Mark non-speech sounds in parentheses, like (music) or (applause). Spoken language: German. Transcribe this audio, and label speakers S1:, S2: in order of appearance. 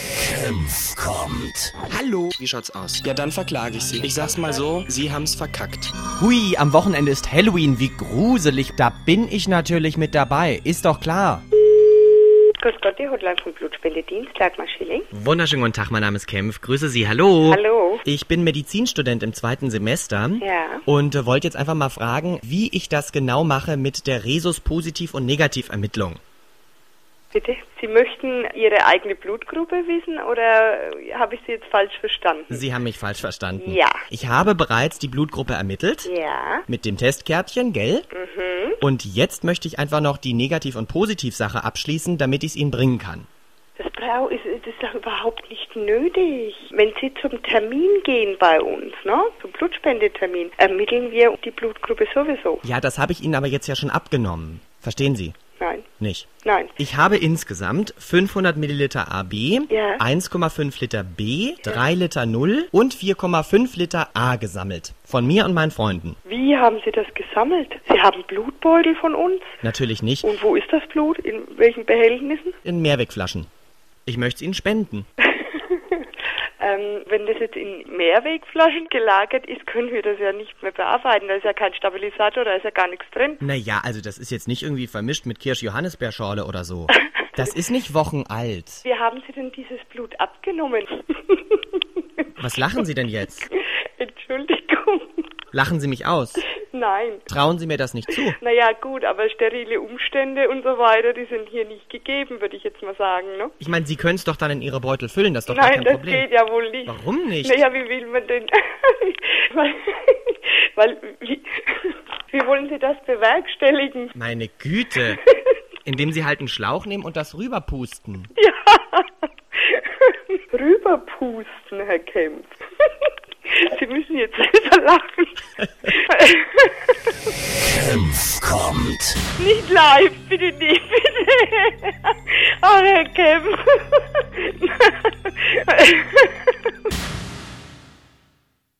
S1: Senf kommt.
S2: Hallo.
S3: Wie schaut's aus? Ja, dann verklage ich Sie. Ich sag's mal so, Sie haben's verkackt.
S2: Hui, am Wochenende ist Halloween, wie gruselig. Da bin ich natürlich mit dabei, ist doch klar.
S4: Grüß Gott, die Hotline vom Blutspendedienst, Dagmar Schilling.
S2: Wunderschönen guten Tag, mein Name ist Kempf. Grüße Sie, hallo.
S4: Hallo.
S2: Ich bin Medizinstudent im zweiten Semester.
S4: Ja.
S2: Und äh, wollte jetzt einfach mal fragen, wie ich das genau mache mit der Resus-Positiv- und Negativermittlung.
S4: Bitte? Sie möchten Ihre eigene Blutgruppe wissen oder äh, habe ich Sie jetzt falsch verstanden?
S2: Sie haben mich falsch verstanden.
S4: Ja.
S2: Ich habe bereits die Blutgruppe ermittelt.
S4: ja.
S2: Mit dem Testkärtchen, gell? Mhm. Und jetzt möchte ich einfach noch die Negativ- und Positivsache abschließen, damit ich es Ihnen bringen kann.
S4: Das Brau ist, das ist doch überhaupt nicht nötig. Wenn Sie zum Termin gehen bei uns, ne, zum Blutspendetermin, ermitteln wir die Blutgruppe sowieso.
S2: Ja, das habe ich Ihnen aber jetzt ja schon abgenommen. Verstehen Sie?
S4: Nein,
S2: Nicht.
S4: nein.
S2: Ich habe insgesamt 500 Milliliter AB,
S4: Ja.
S2: 1,5 Liter B, 3 Liter 0 und 4,5 Liter A gesammelt. Von mir und meinen Freunden.
S4: Wie haben Sie das gesammelt? Sie haben Blutbeutel von uns?
S2: Natürlich nicht
S4: Und wo ist das Blut? In welchen Behältnissen?
S2: in Mehrwegflaschen. Ich möchte es Ihnen spenden.
S4: (laughs) Ähm, wenn das jetzt in Mehrwegflaschen gelagert ist, können wir das ja nicht mehr bearbeiten. Da ist ja kein Stabilisator, da ist ja gar nichts drin.
S2: Naja, also das ist jetzt nicht irgendwie vermischt mit Kirsch-Johannisbeerschorle oder so. Das ist nicht Wochen alt.
S4: Wie haben Sie denn dieses Blut abgenommen? (laughs)
S2: Was lachen Sie denn jetzt?
S4: Entschuldigung.
S2: Lachen Sie mich aus.
S4: Nein.
S2: Trauen Sie mir das nicht zu.
S4: Naja, gut, aber sterile Umstände und so weiter, die sind hier nicht gegeben, würde ich jetzt mal sagen, ne?
S2: Ich meine, Sie können es doch dann in Ihre Beutel füllen, das ist doch gar
S4: Nein,
S2: kein
S4: das
S2: Problem.
S4: geht ja wohl nicht.
S2: Warum nicht?
S4: Naja, wie will man denn? (laughs) weil, weil wie, (laughs) wie wollen Sie das bewerkstelligen?
S2: Meine
S4: (laughs)
S2: Güte. Indem Sie halt einen Schlauch nehmen und das rüberpusten.
S4: Rüberpusten, Herr Kempf. (laughs) Sie müssen jetzt selber lachen. (laughs)
S1: Senf kommt.
S4: (laughs) Nicht live, bitte nicht, bitte. Oh, Ah, Herr Kempf. (laughs)